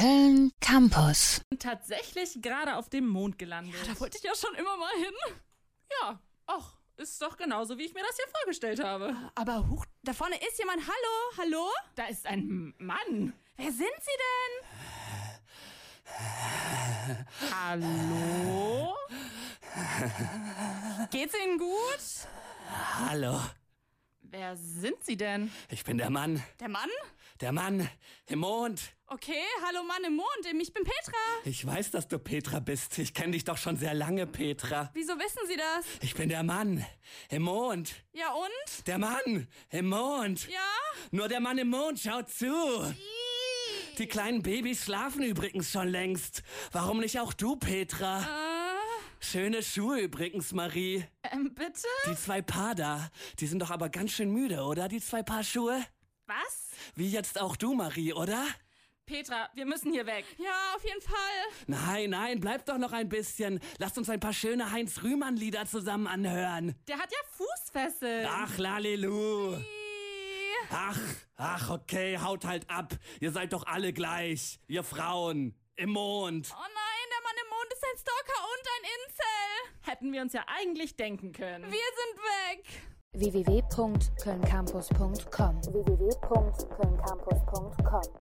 Köln Campus. tatsächlich gerade auf dem Mond gelandet. Da wollte ich ja schon immer mal hin. Ja, ach, ist doch genauso, wie ich mir das hier vorgestellt habe. Aber huch, da vorne ist jemand. Hallo, hallo? Da ist ein Mann. Wer sind Sie Hallo? denn? Geht's Ihnen gut? Hallo, Wer sind Sie denn? ich bin der Mann, Der Mann? der Mann im Mond. Okay, hallo Mann im Mond. Ich bin Petra. Ich weiß, dass du Petra bist. Ich kenne dich doch schon sehr lange, Petra. Wieso wissen Sie das? Ich bin der Mann im Mond. Ja und? Der Mann im Mond. Ja? Nur der Mann im Mond schaut zu. Die kleinen Babys schlafen übrigens schon längst. Warum nicht auch du, Petra? Äh? Schöne Schuhe übrigens, Marie. Ähm, bitte? Die zwei Paar da, die sind doch aber ganz schön müde, oder? Die zwei Paar Schuhe? Was? Wie jetzt auch du, Marie, oder? Petra, wir müssen hier weg. Ja, auf jeden Fall. Nein, nein, bleib doch noch ein bisschen. Lasst uns ein paar schöne Heinz-Rühmann-Lieder zusammen anhören. Der hat ja Fußfesseln. Ach, Lalilu. Ach, ach, okay, haut halt ab. Ihr seid doch alle gleich. Ihr Frauen. Im Mond. Oh nein, der Mann im Mond ist ein Stalker und ein Incel. Hätten wir uns ja eigentlich denken können. Wir sind weg. www.kölncampus.com www.kölncampus.com